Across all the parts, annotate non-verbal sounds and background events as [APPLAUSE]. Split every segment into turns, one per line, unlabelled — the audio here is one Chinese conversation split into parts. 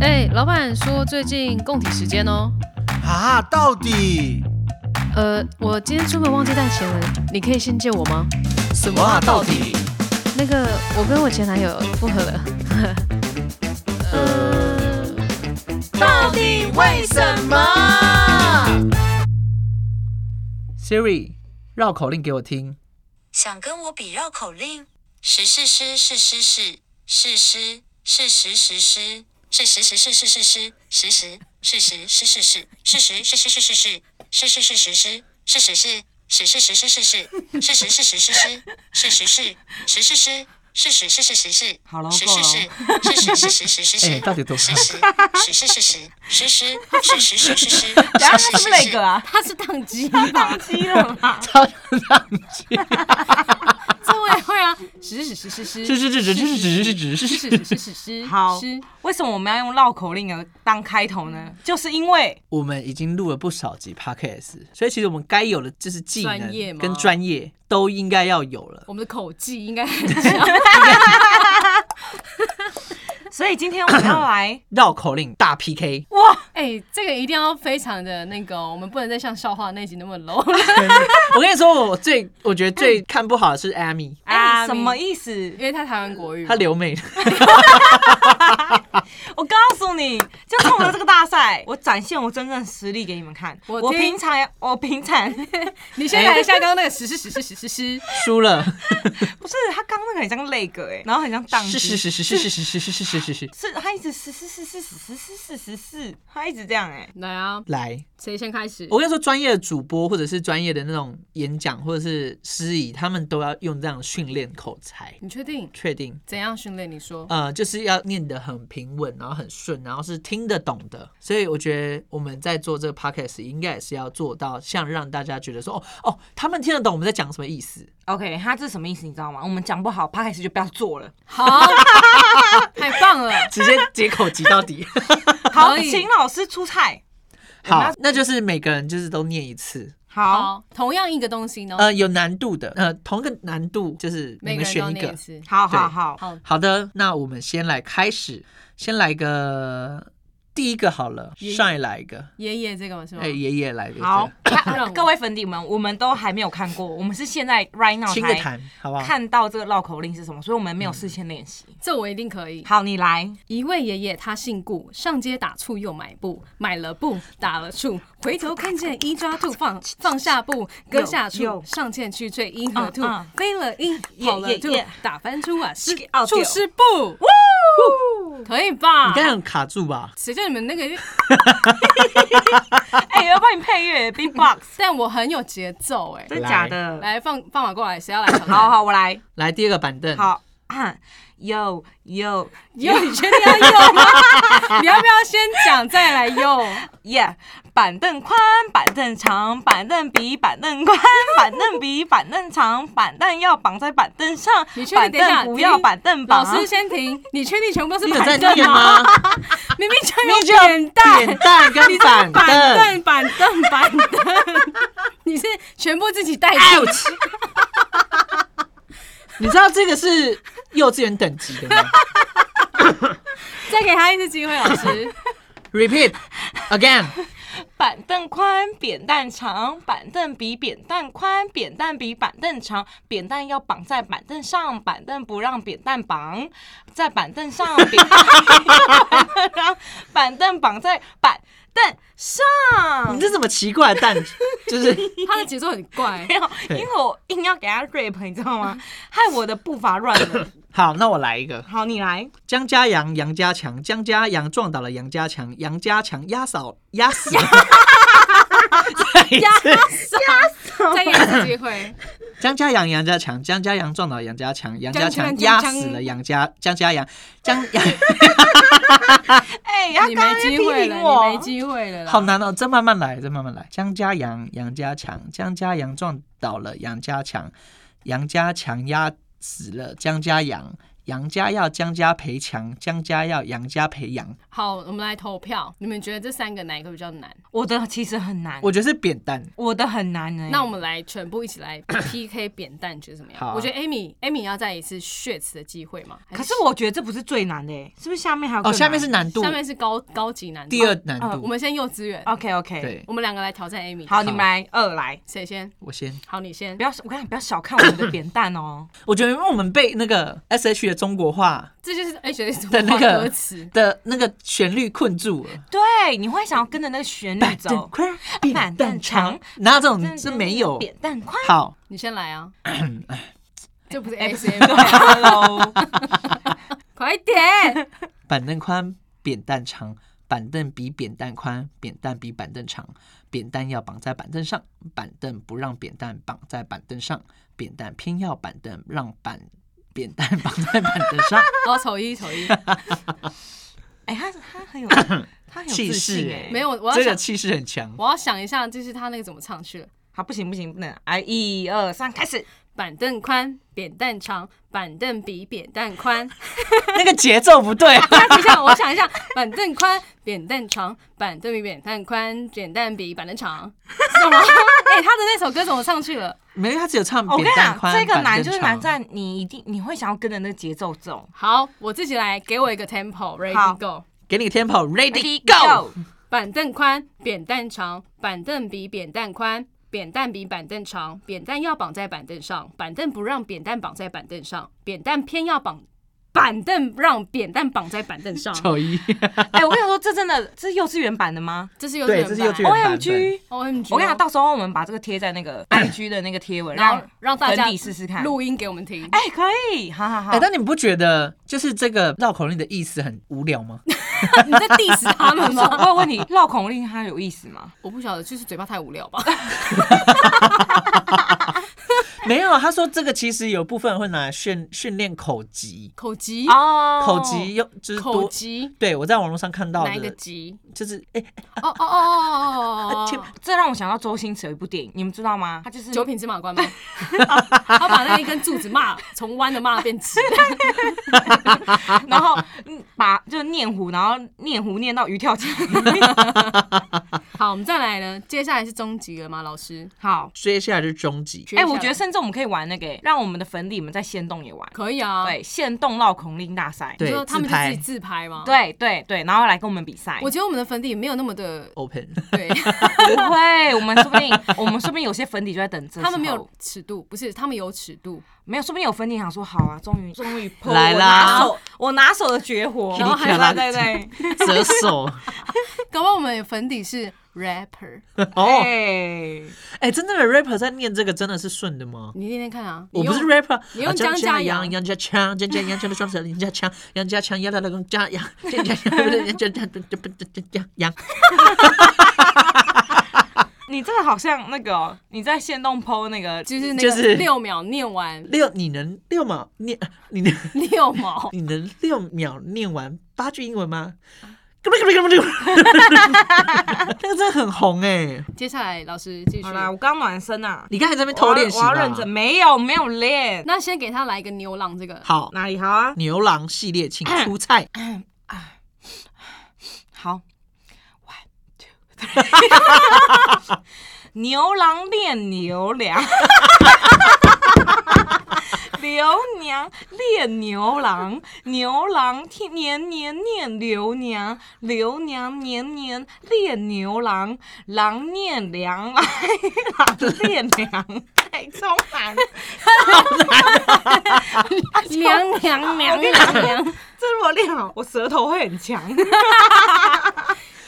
哎、老板说最近供体时间哦。
啊，到底
呃，我今天出门忘记带钱了，你可以先借我吗？
什么啊？到底？
那个，我跟我前男友复合了。呃，到底为什么？
Siri，绕口令给我听。
想跟我比绕口令？是是是是是是是是是是是是是是是是是是是是是是是是是是是是是是是是是是是是是是是是是是是是是是是是是是是是是是是是是是是。是是是是是是，好了，是是是是是是是是
哎
是，是是是是是是是是是是是是是，
然后他是那个啊，
他是宕机吧，宕
鸡了嘛，
超浪气，
这我也会啊，是是是是是
是是是是是是是
是
是是
是是是是，
好
是，
为什么我们要用绕口令而当开头呢？就是因为
[LAUGHS] 我们已经录了不少集 podcast，所以其实我们该有的就是技
专业
能
吗
跟专业都应该要有了。
我们的口技应该很像，
所以今天我们要来
绕口令大 PK，
哇，
哎、这个一定要非常的那个哦，我们不能再像笑话那集那么 low 了，
我跟你说，我最我觉得最看不好的是 Amy，
哎，什么意思？
因为他台湾国语嘛，
她留美，
我告诉你，就冲着这个大赛，我展现我真正的实力给你们看。
我
我
听
平常我平常
你先来一下刚刚那个是是是是是是是，
输了。
不是他刚那个很像泪哥哎，然后很像荡
是是是是是是是是是是是是。
是他一直是是是是是是是是是，他一直这样哎、
来啊，
来，
谁先开始？
我跟你说，专业的主播或者是专业的那种演讲或者是司仪，他们都要用这样训练口才。
你确定？
确定？
怎样训练？你说，
呃，就是要念得很平稳，然后很顺，然后是听得懂的。所以我觉得我们在做这个 podcast 应该也是要做到，像让大家觉得说，哦哦，他们听得懂我们在讲什么意思。
OK，他这是什么意思你知道吗？我们讲不好，他开始就不要做了。
好，太棒了，[LAUGHS]
直接接口急到底。
好，
可以
请老师出菜。
好，那就是每个人就是都念一次，
好
好，同样一个东西呢，
呃，有难度的，呃，同一个难度就是你
每个人都
们选一
念
个
一。次。
好
对
好好，
好，
好的，那我们先来开始，先来个第一个好了，
爷爷哦
上一来一个，
爷爷这个嘛是吗
哎，？爷爷来一个，
好， [LAUGHS]
让我
各位粉底们，我们都还没有看过，我们是现在 right now
轻的
才
弹，好不好？
看到这个绕口令是什么，所以我们没有事先练习。
这我一定可以。
好，你来。
一位爷爷他姓顾，上街打醋又买布，买了布打了醋，回头看见一抓兔放放下布，割下醋
有，
上前去追一和兔
嗯嗯，
飞了鹰，
耶
跑了
耶
兔
耶，
打翻出瓦斯
哦，
醋
对
是布，可以吧
你？刚才有卡住吧？
谁叫你们那个？
哎，要帮你配乐，Beatbox，
但我很有节奏哎、
真的假的？
来放放马过来，谁要来挑战？
好好，我来。
来第二个板凳，
好 [CLEARS THROAT] 啊，有有
哟， [LAUGHS] 你确定要用吗？你要不要先讲再来用？
耶！板凳宽，板凳长，板凳比板
[LAUGHS]
凳宽，板凳比板凳长，板凳要绑在板凳上
你确，定
板
等一下
凳不要
停
板凳
老
绑。啊
师先停，你确定全部都是
你有在
板凳
念
吗？
吗？
明明就
明明就
有扁担，
[LAUGHS] 扁
[LAUGHS]
担跟板
板
凳。
凳，板凳，板凳， [LAUGHS] 你是全部自己带住
Ouch！你知道这个是幼稚园等级的吗
再给他一次机会，老师。
？Repeat again。
板凳宽，扁担长，板凳比扁担宽，扁担比板凳长，扁担要绑在板凳上，板凳不让扁担绑在板凳上，扁担不让板凳绑在板凳上
你。这什么奇怪的蛋？就是
他的节奏很
[LAUGHS]
怪
没，有，
对
因为我硬要给他 rap，你知道吗？害我的步伐乱了。
好，那我来一个。
好，你来。
江家杨，杨家强，江家杨撞倒了杨家强，杨家强压扫压死了。再一次
再给一次机会。
[LAUGHS] 江家杨，杨家强，江家杨撞倒杨家强，杨家强
江
压
江
死
江
了杨家江家杨江杨。
哎、他
你没
刚刚在批
机会了，你
评
没
我。
机会了啦。
好难哦，再慢慢来，再慢慢来。江家杨，杨家强，江家杨撞倒了杨家强，杨家强压死了江家杨，杨家要江家培强，江家要杨家培杨。
好，我们来投票，你们觉得这三个哪一个比较难？
我的其实很难，
我
我
觉得是扁担，
我的很难哎、
那我们来全部一起来 [COUGHS] PK 扁担，你觉得怎么
好啊
样？我觉得 Amy Amy 要再一次血池的机会嘛。还
可是我觉得这不是最难的、欸，是不是下面还有
哦，
更难？
下面是难度
下，面是高高级难度，
第二难
哦
我
度。
们先幼稚园，
OK OK，
对，
我们两个来挑战 Amy。
好，你们来二来，
谁先？
我先。
好，你先
不。要我跟你讲，不要小看我们的扁担哦、
我觉得因为我们被那个 S H 的中国话
这就是 H S
的那个
歌词。
的那个旋律困住了。
对，你会想要跟着那个旋
哎
律走，
宽，
扁担长，
哪有这种
真的
嗯是没有？
扁担宽。
好，
你先来
[COUGHS]
啊！这不是
哎
S
对
M，
[LAUGHS]
，Hello，
快点！
板凳宽，扁担长，板凳比扁担宽，扁担比板凳长，扁担要绑在板凳上，板凳不让扁担绑在板凳上，扁担偏要板凳让板扁担绑在板凳上， [LAUGHS]
哦，丑一丑一，
哎、他他很有，他很有
气
自信
势
哎、
哎，
没有我要
这个
想
气势很强。
我要想一下，就是他那个怎么唱去了？
好，不行不行，不能，哎，一二三，开始，
板凳宽，扁担长，板凳比扁担宽。
那个节奏不 [LAUGHS] 对，
那等一下，我想一下，板凳宽，扁担长，板凳比扁担宽，扁担比板凳长，是吗？哎、他 [LAUGHS] 的那首歌怎么唱去了？
没有他只有唱
我跟
扁
你
担
讲，
宽，
这个
板
难
凳
就是
长
难在你一定你会想要跟着那个节奏走。
好，我自己来，给我一个 tempo，ready
好
go。
[LAUGHS] 给你个 tempo ready
Ready
go，
板凳宽，扁担长，板凳比扁担宽，扁担比板凳长，扁担要绑在板凳上，板凳不让扁担绑在板凳上，扁担偏要绑，板凳让扁担绑在板凳上。
丑一，
哎、我想说，这真的这是幼稚园版的吗
这是幼稚
[LAUGHS] 对
园
这是
版
幼稚园
[LAUGHS]
版
？O
本
M G！
O M G！
我跟你讲，到时候我们把这个贴在那个 I G 的那个贴文，
然后
让
让大家
粉底试试看
录音给我们听。
哎、可以，好好好。
哎，但你们不觉得就是这个绕口令的意思很无聊 [LAUGHS] 吗？
你在 diss 他
[LAUGHS]
们
我
吗？
有问你，绕口令它有意思吗？
[LAUGHS] 我不晓得，就是嘴巴太无聊吧。
[LAUGHS]
没有，啊他说这个其实有部分会拿来训训练口疾，
口急，
哦
口疾又就是
口
多。
急，
对，我在网络上看到
哪一个
的，
急？
就是哎，
哦哦哦哦哦哦
切
哦！
这让我想到周星驰有一部电影，你们知道吗？他就是
九品芝麻官吗？他把那一根柱子骂从弯的骂变
[LAUGHS]
直的，
[LAUGHS] 然后嗯把就是念胡，然后念胡念到鱼跳墙。
好，我们再来呢，接下来是终极了吗？老师，
好，
接下来就是终极。
哎、我觉得甚至我们可以玩那个、哎让我们的粉底们在仙洞也玩，
可以啊。
对，仙洞绕口令大赛。
对
你说他们
自
就
拍
自己自拍吗？，
对对对，然后来跟我们比赛。
我觉得我们的粉底没有那么的
[LAUGHS]
[LAUGHS]
Open，
对，
不会，我们说不定， [LAUGHS] 我们说不定有些粉底就在等这时候。
他们没有尺度，不是他们有尺度，
没有，说不定有粉底想说，好啊，终于终于破
来啦
我拿手我拿手的绝活，
然后还拉
对对对，
折
[LAUGHS]
手
搞不好我们的粉底是 rapper，
哦，
哎，
哎，真正的 rapper 在念这个真的是顺的吗？
你念念看啊，
我
你
不是
用
rapper，
你用
啊
江家
杨
杨
杨家强，江家杨强的双手，杨家强，杨家强，杨家老公家杨，江家杨，杨家杨，杨
[LAUGHS]
杨，
你这个好像那个哦你在线动 PO 那个，
就是那
就
个
是
六秒念完
[LAUGHS] 六，你能六秒念，你能，
[LAUGHS] 六毛
你能六秒念完八句英文吗？
啊
[LAUGHS] 那个真的很红哎、
接下来老师继续
好。啦，我刚暖身啊，
你刚才在那边偷练习
我要
吧
我要认真，没有没有练，
那先给他来一个牛郎这个，
好，
哪里好啊？
牛郎系列请出 [COUGHS] 菜。
好，one two three，牛郎恋牛郎， [LAUGHS] 刘娘恋牛郎，牛郎天年年念刘娘，刘娘年年恋牛郎，郎念娘， [LAUGHS] 郎恋娘，太中难了。
娘娘娘娘娘。
这如果练好，我舌头会很强。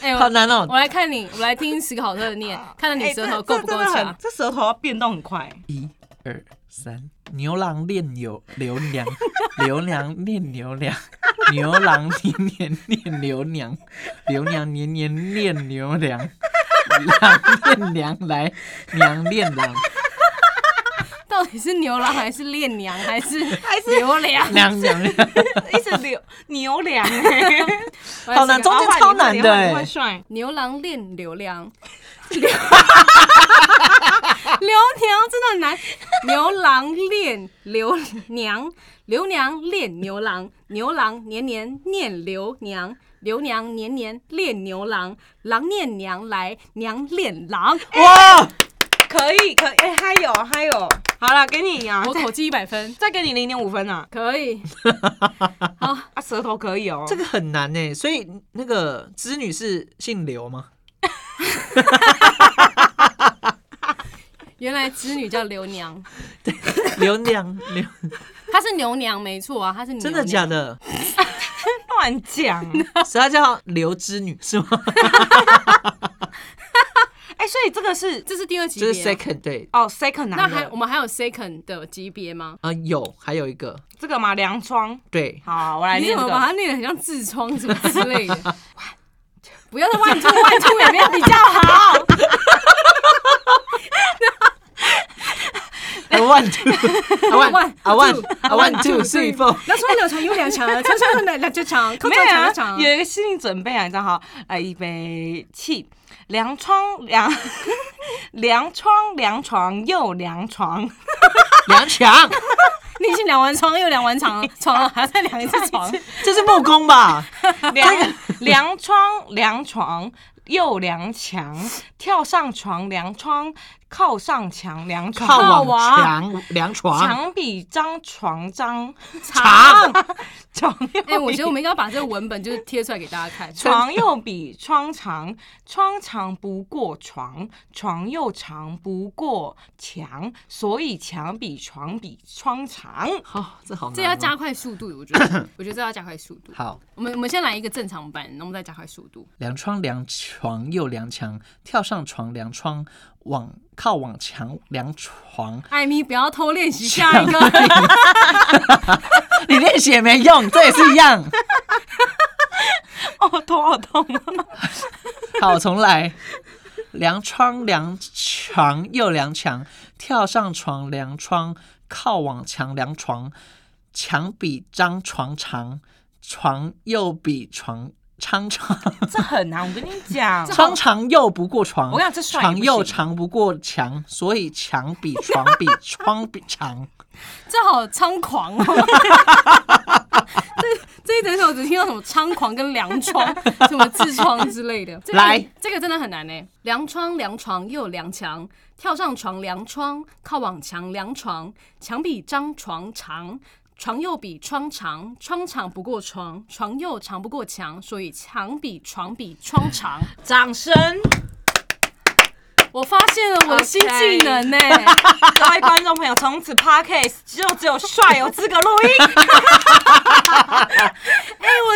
哎，
好
我
难哦
我！来看你，我来听史考特的念，看看你舌头够不够
哎这这真的
强
很。这舌头要变动很快。
一、二、三，牛郎恋牛刘娘， [LAUGHS] 刘娘恋牛郎，牛郎年年恋刘娘，刘娘年年恋牛郎，郎恋娘来，娘恋郎，
到底是牛郎还是恋娘还是还是牛娘？
娘娘恋。
一直流牛粮、欸， [LAUGHS]
好难，中间超难的、
然后换你换你换
欸。
帅
[LAUGHS] 牛郎恋刘娘，刘娘真的难，牛郎恋刘娘，刘娘恋牛郎，牛郎年年念刘娘，刘娘年年恋牛郎，郎念娘来，娘恋郎。
[LAUGHS] [LAUGHS] 哇，
可以可以，哎、还有还有，好了，给你啊，
我
再
口技一百分，
再给你零点五分啊，
可以。
啊，舌头可以哦，
这个很难呢。所以那个织女是姓刘 [LAUGHS] 吗？
原来织女叫刘娘，
刘娘，刘
她是牛娘没错啊，她是牛
真的假
娘？
的？
乱讲。
所以她叫刘织女是 [LAUGHS] 吗？
哎、所以这个是
这是第二级
就是
别啊。
second 对
哦，second
那
男
还我
的
们还有 second 的级别吗？
啊，有还有一个
这个嘛，凉窗。
对，
好，我来
你
念
怎么
这
把
个。
它念得很像痔疮什么之类的？ [LAUGHS] 不要再外吐外吐也没有比较
[LAUGHS]
好。
I want to, [LAUGHS] I want, I want, I want
two
to three four。
那说两长有两长，啊长长有两两就长，空
没
长
有
长
啊
的长。
有一个心理准备啊，你知道哈？来一杯气，凉窗凉 [LAUGHS] 凉窗凉床又凉床，
梁强，
你已经量完床又量完床了，床了还要再量一次床。
这是木工 [LAUGHS] 吧？
凉 [LAUGHS] 凉窗凉床又凉墙，跳上床凉窗，靠上墙凉
靠往
床，
哇
墙梁床
墙比张床张
长， [LAUGHS]
床又
哎，我觉得我们应该把这个文本就是贴出来给大家看。
床又比窗长，窗长不过床，床又长不过墙，所以墙比床比
[LAUGHS]
窗长。
好，这好难哦。
这要加快速度，我觉得，我觉得这要加快速度。
好。
我们我们先来一个正常版，然后我们再加快速度。。
两窗两床又两墙，跳上床两窗往靠往墙两床
艾米，不要偷练习下一个。
[LAUGHS]
你练习也没用，这也是一样。
哦，头好痛啊！
[LAUGHS] 好，重来。两窗两墙又两墙，跳上床两窗靠往墙两床，墙比张床长，床又比床长长，
这很难，我跟你讲，
窗长又不过床。
我跟你讲这帅也不
床
行
又长不过墙，所以墙比床比窗比
[LAUGHS]
长。
这好猖狂哦！ [LAUGHS] 这这一整首只听到什么猖狂跟凉窗、 [LAUGHS] 什么痔疮之类的。这个
来，
这个真的很难呢。凉窗凉床又凉墙，跳上床凉窗，靠往墙凉床，墙比张床长。床又比窗长，窗长不过床，床又长不过墙，所以墙比床比窗
[LAUGHS]
长。
[LAUGHS] 掌声！
我发现了我的新技能欸呢、
各位观众朋友，从此 podcast 就只有帅有资格录音。
[LAUGHS] 哎、我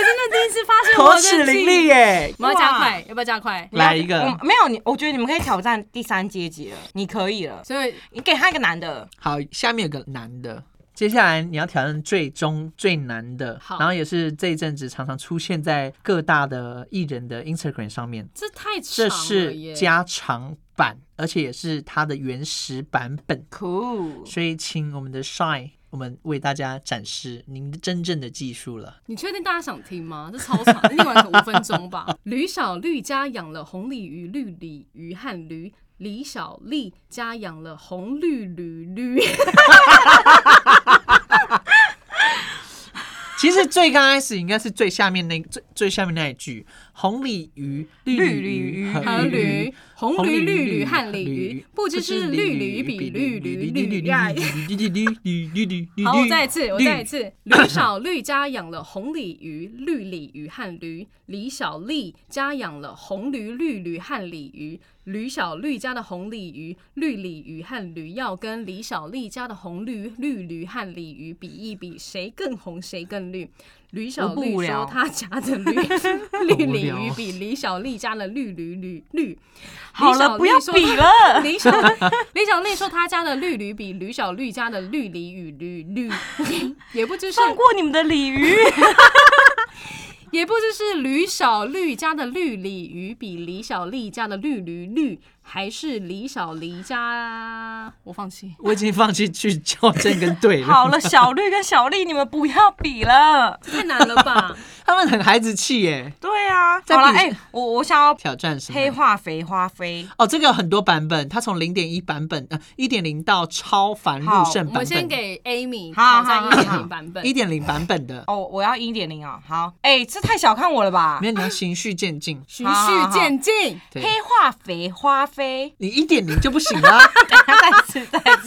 真的第一次发现我
口
的技
齿
能。
伶俐耶！
我们要加快，要不要加快？
来一个
嗯我没有你，我觉得你们可以挑战第三阶级了，你可以了。
所以
你给他一个男的，
好，下面有个男的，接下来你要挑战最终最难的，
好
然后也是这一阵子常常出现在各大的艺人的 Instagram 上面，
这太长
这
了
是
耶
加长版，而且也是它的原始版本，
酷，
所以请我们的 Shine，我们为大家展示您的真正的技术了。
你确定大家想听吗？这超长，另外一个五分钟吧。吕小绿家养了红鲤鱼、绿鲤鱼和驴。李小丽家养了红绿驴驴，
其实最刚开始应该是最下面那最最下面那一句：红鲤鱼、绿
绿
鲤
鲤鱼
和
和驴，红驴、绿驴和鲤
驴
鱼，，不知是绿驴比绿驴绿呀。
绿绿绿绿绿绿
好，我再一次，我再一。次。吕小绿家养了红鲤鱼、绿鲤鱼和驴；李小丽家养了红驴、绿驴和鲤鱼。吕小绿家的红鲤鱼、绿鲤鱼和驴要跟李小丽家的红驴、绿驴和鲤鱼比一比，谁更红，谁更绿。吕小
无
绿
不
说
聊
他家的驴绿鲤鱼比李小丽家的绿驴驴绿。
好
李小
了，
丽
不要
说
比
她 [LAUGHS]
了。
李
[LAUGHS]
小李小丽说，她家的绿驴比吕小绿家的绿 [LAUGHS] 鲤与驴驴，也不知是
放过你们的鲤鱼，
[LAUGHS]
也不知是吕小绿家的绿鲤鱼比李小丽家的绿驴绿，还是李小黎家，我放弃。
我已经放弃去校正跟对了。
好了，小绿跟小丽，你们不要比了。 [LAUGHS]
太难了吧？
他们很孩子气耶，
对啊，
再
好了，
比
哎、我我想要
挑战什么？
黑化肥花飞，
哦，这个有很多版本，它从零点一版本呃一点零到超凡入
好
圣
我
版本，
们先给 Amy
好
挑战
好
一
好
点零版本
一。点零版本的，
哦，我要一点零啊，好，哎、这太小看我了吧
没？有你要循序渐进，
循序渐进，
对，
黑化肥花
[LAUGHS]
飞，
你一点零就不行啦，
等一下再次再次，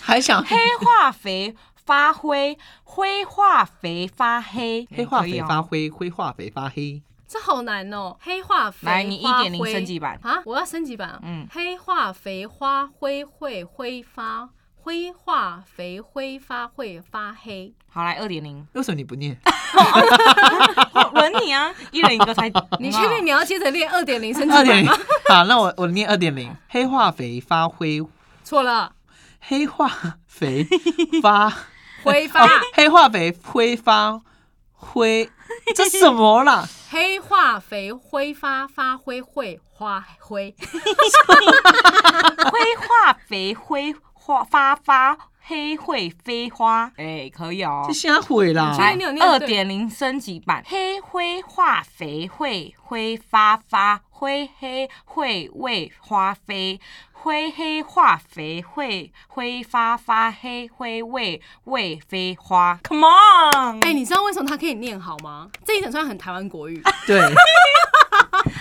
还想
黑化肥发灰，灰化肥发黑，
黑化
可以
肥
哦
发灰，灰化肥发黑，
这好难哦。黑化肥，
来你
花
1.0
灰
升级版
啊！我要升级版啊。
嗯
黑化肥花灰会挥发，灰化肥挥发会发黑。
好来二点零，
为什么你不念？
轮
[LAUGHS]
你啊，一人一个才，
你确定你要接着练二点零升级
二
版
点零
吗？，
好，那我我念二点零，黑化肥发灰，
错
[LAUGHS]
了，
黑化
[LAUGHS]
肥发，
挥
哦
发，
黑化肥挥发
[LAUGHS]
灰，这什么啦？
黑化肥挥发发灰会花灰。
嗯啊灰化肥灰化发发黑会飞花，哎、可以哦
这。瞎毁啦！
确定你有念
二
对
点零升级版，黑灰化肥会挥发发灰黑会为花飞，灰黑化肥会挥发发黑灰为为飞花。Come on，
哎、你知道为什么他可以念好吗？这一整串很台湾
[LAUGHS]
国语，
对，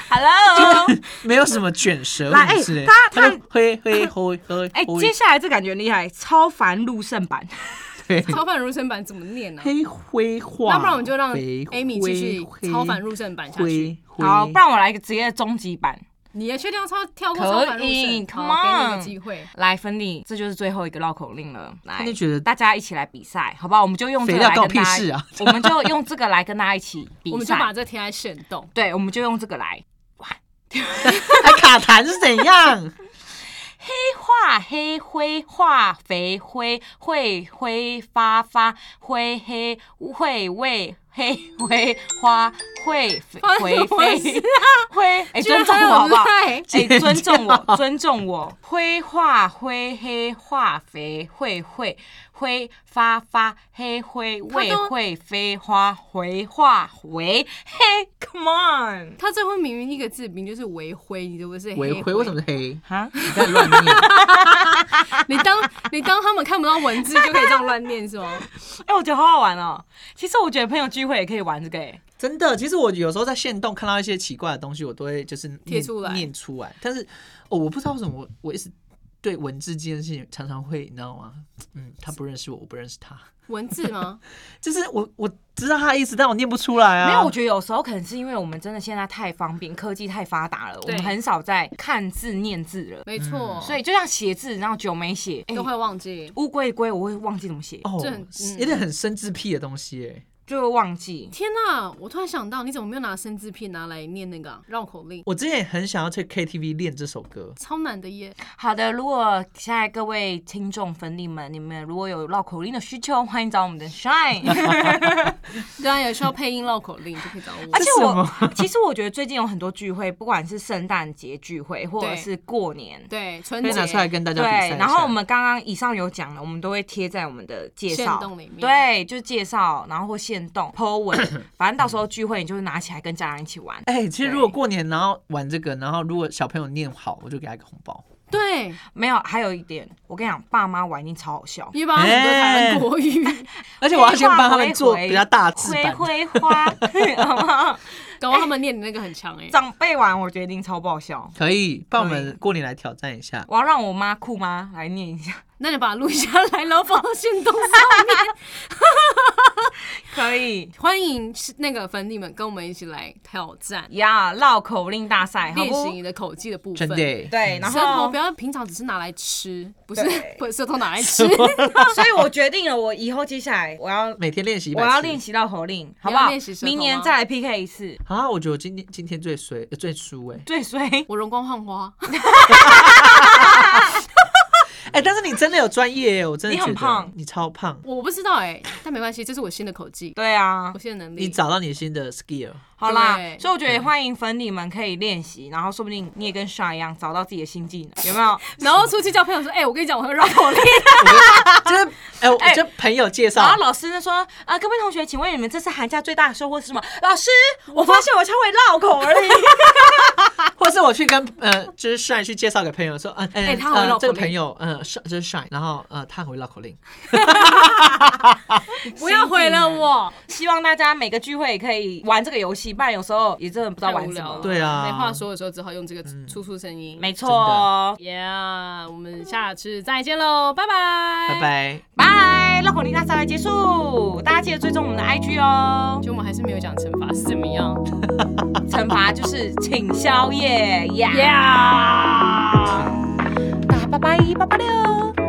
，Hello，
没有什么卷
[LAUGHS]
舌
来
什么之类的
哎，他
它
他
就灰灰灰灰， [LAUGHS]
哎、
灰
接下来这感觉厉害，超凡入圣版，
[LAUGHS]
对
超凡入圣版怎么念呢、
黑灰化，
那不然我们就让
肥
Amy 继
灰
续超凡入圣版下去。
灰灰，
好，不然我来一个职业终极版。
你也确定要超跳过
可
超凡入
以
圣？
，come
好，给你一
on
个机会。
来，芬妮，这就是最后一个绕口令了。来，
芬妮觉得
大家一起来比赛，好不好？我们就用这个
肥料
来
搞
跟大家，
屁事啊
我们就用这个来跟大家一起比 [LAUGHS]
我们就把
赛。
这贴在选动。
对，我们就用这个来。
还哎卡痰是怎
[LAUGHS]
样？
黑化黑灰化肥灰会挥发发灰黑会为黑灰花会
发生 [LAUGHS]
回
什么
飞
事
[LAUGHS] 灰哎，
居然
尊重
还有
我好不好？
赖
哎、尊重我，尊重我。灰化灰黑化肥会会灰发发黑灰
他
未
都
会飞花回化回嘿，Come on！
他最后明明一个字明就是为灰，你这不是
灰灰为什么？是黑？
哈，
你在乱念，
你当 [LAUGHS] 你当他们看不到文字就可以这样乱念是吗？
哎、我觉得好好玩哦。其实我觉得朋友聚会也可以玩这个、哎，
真的。其实我有时候在线动看到一些奇怪的东西，我都会就是念
贴出来
念出来。但是哦，我不知道为什么我我一直对文字这件事情常常会，你知道吗？嗯，他不认识我，我不认识他，
文字吗？
就是我我知道他的意思，但我念不出来啊。
没有，我觉得有时候可能是因为我们真的现在太方便，科技太发达了，我
对
们很少在看字念字了。
没错，
所以就像写字，然后久没写，哎
都会忘记。
乌龟的龟，我会忘记怎么写，
哦
这很，嗯
有点很生字癖的东西哎。
就会忘记。
天哪、我突然想到，你怎么没有拿生字片拿来念那个啊绕、口令？
我之前也很想要去 KTV 练这首歌，
超难的耶！
好的，如果现在各位听众粉弟们，你们如果有绕口令的需求，欢迎找我们
[LAUGHS]
的 Shine。
对啊，有需要配音绕口令就可以找我
而。且
这
我其实我觉得最近有很多聚会，不管是圣诞节聚会或者
对
是过年，
对，春
可以
节
拿出来跟大家比赛一
对
下。，
然后我们刚刚以上有讲了，我们都会贴在我们的介
限
绍
动里面
对，就介绍，然后或限
[COUGHS]
动、po 文，反正到时候聚会你就拿起来跟家长一起玩。
哎、其实如果过年然后玩这个，然后如果小朋友念好，我就给他一个红包。
对，
没有，还有一点，我跟你讲，爸妈玩一定超好笑。
也把很多台湾国语
而且我要先帮他们做比较大字
灰
版。
灰花， [LAUGHS] 好不好
搞不好他们念的那个很强哎、欸。
长辈玩，我觉得一定超爆笑。
可以，帮我们过年来挑战一下。
我要让我妈酷妈来念一下，
那你把它录下来，然后放到行动上面。
可以
欢迎是那个粉底们跟我们一起来挑战，
呀，绕口令大赛，好
练习
不？
你的口技的部
真
分。
的耶，
对，然
舌头
后
不，要平常只是拿来吃，不是
对
不是舌头拿来吃，
所以我决定了，我以后接下来我要
每天练习一百
我
次。
要练习绕口令，好
你
不
要
好
练习？舌头吗
明年再来 PK 一次，
啊！我觉得我今天今天最衰、
[LAUGHS]
呃最输哎、
最衰。
我容光焕发。
哎、哎，但是你真的有专业耶，我真的
你很
觉得
胖
你超胖，
我不知道哎、但没关系，这是我新的口技，
对啊
我，新的能力。
你找到你新的
[LAUGHS]
skill。
好啦，
对
所以我觉得也欢迎粉你们可以练习，然后说不定你也跟 s h 一样找到自己的新技能，有没
[LAUGHS]
有？
然后出去叫朋友说：“哎、我跟你讲，我会绕
[LAUGHS]
口令。
就是哎，我
哎
就朋友介
然
绍
后，老师呢说啊、各位同学，请问你们这次寒假最大的收获是什么？老师，我发现我超会绕口
[LAUGHS]
而已。
或是我去跟呃，就是帅去介绍给朋友说，嗯、呃，
哎他很会绕口令
呃这个朋友，嗯、呃，帅就是帅，然后呃，他很会绕口令，”
不要毁了我，
希望大家每个聚会也可以玩这个游戏，不然有时候也真的不知道
太
玩
无
什
聊了。
么。
对啊
没话说的时候只好用这个出出声音。
没错哦，
，Yeah，我们下次再见喽，拜拜，
哎
拜。拜。
拜，绕口令大赛来结束，大家记得追踪我们的 IG
[LAUGHS]
哦。
就我们还是没有讲惩罚是怎么样。
惩罚就是请宵夜呀，
Yeah。
大家拜拜，八八六。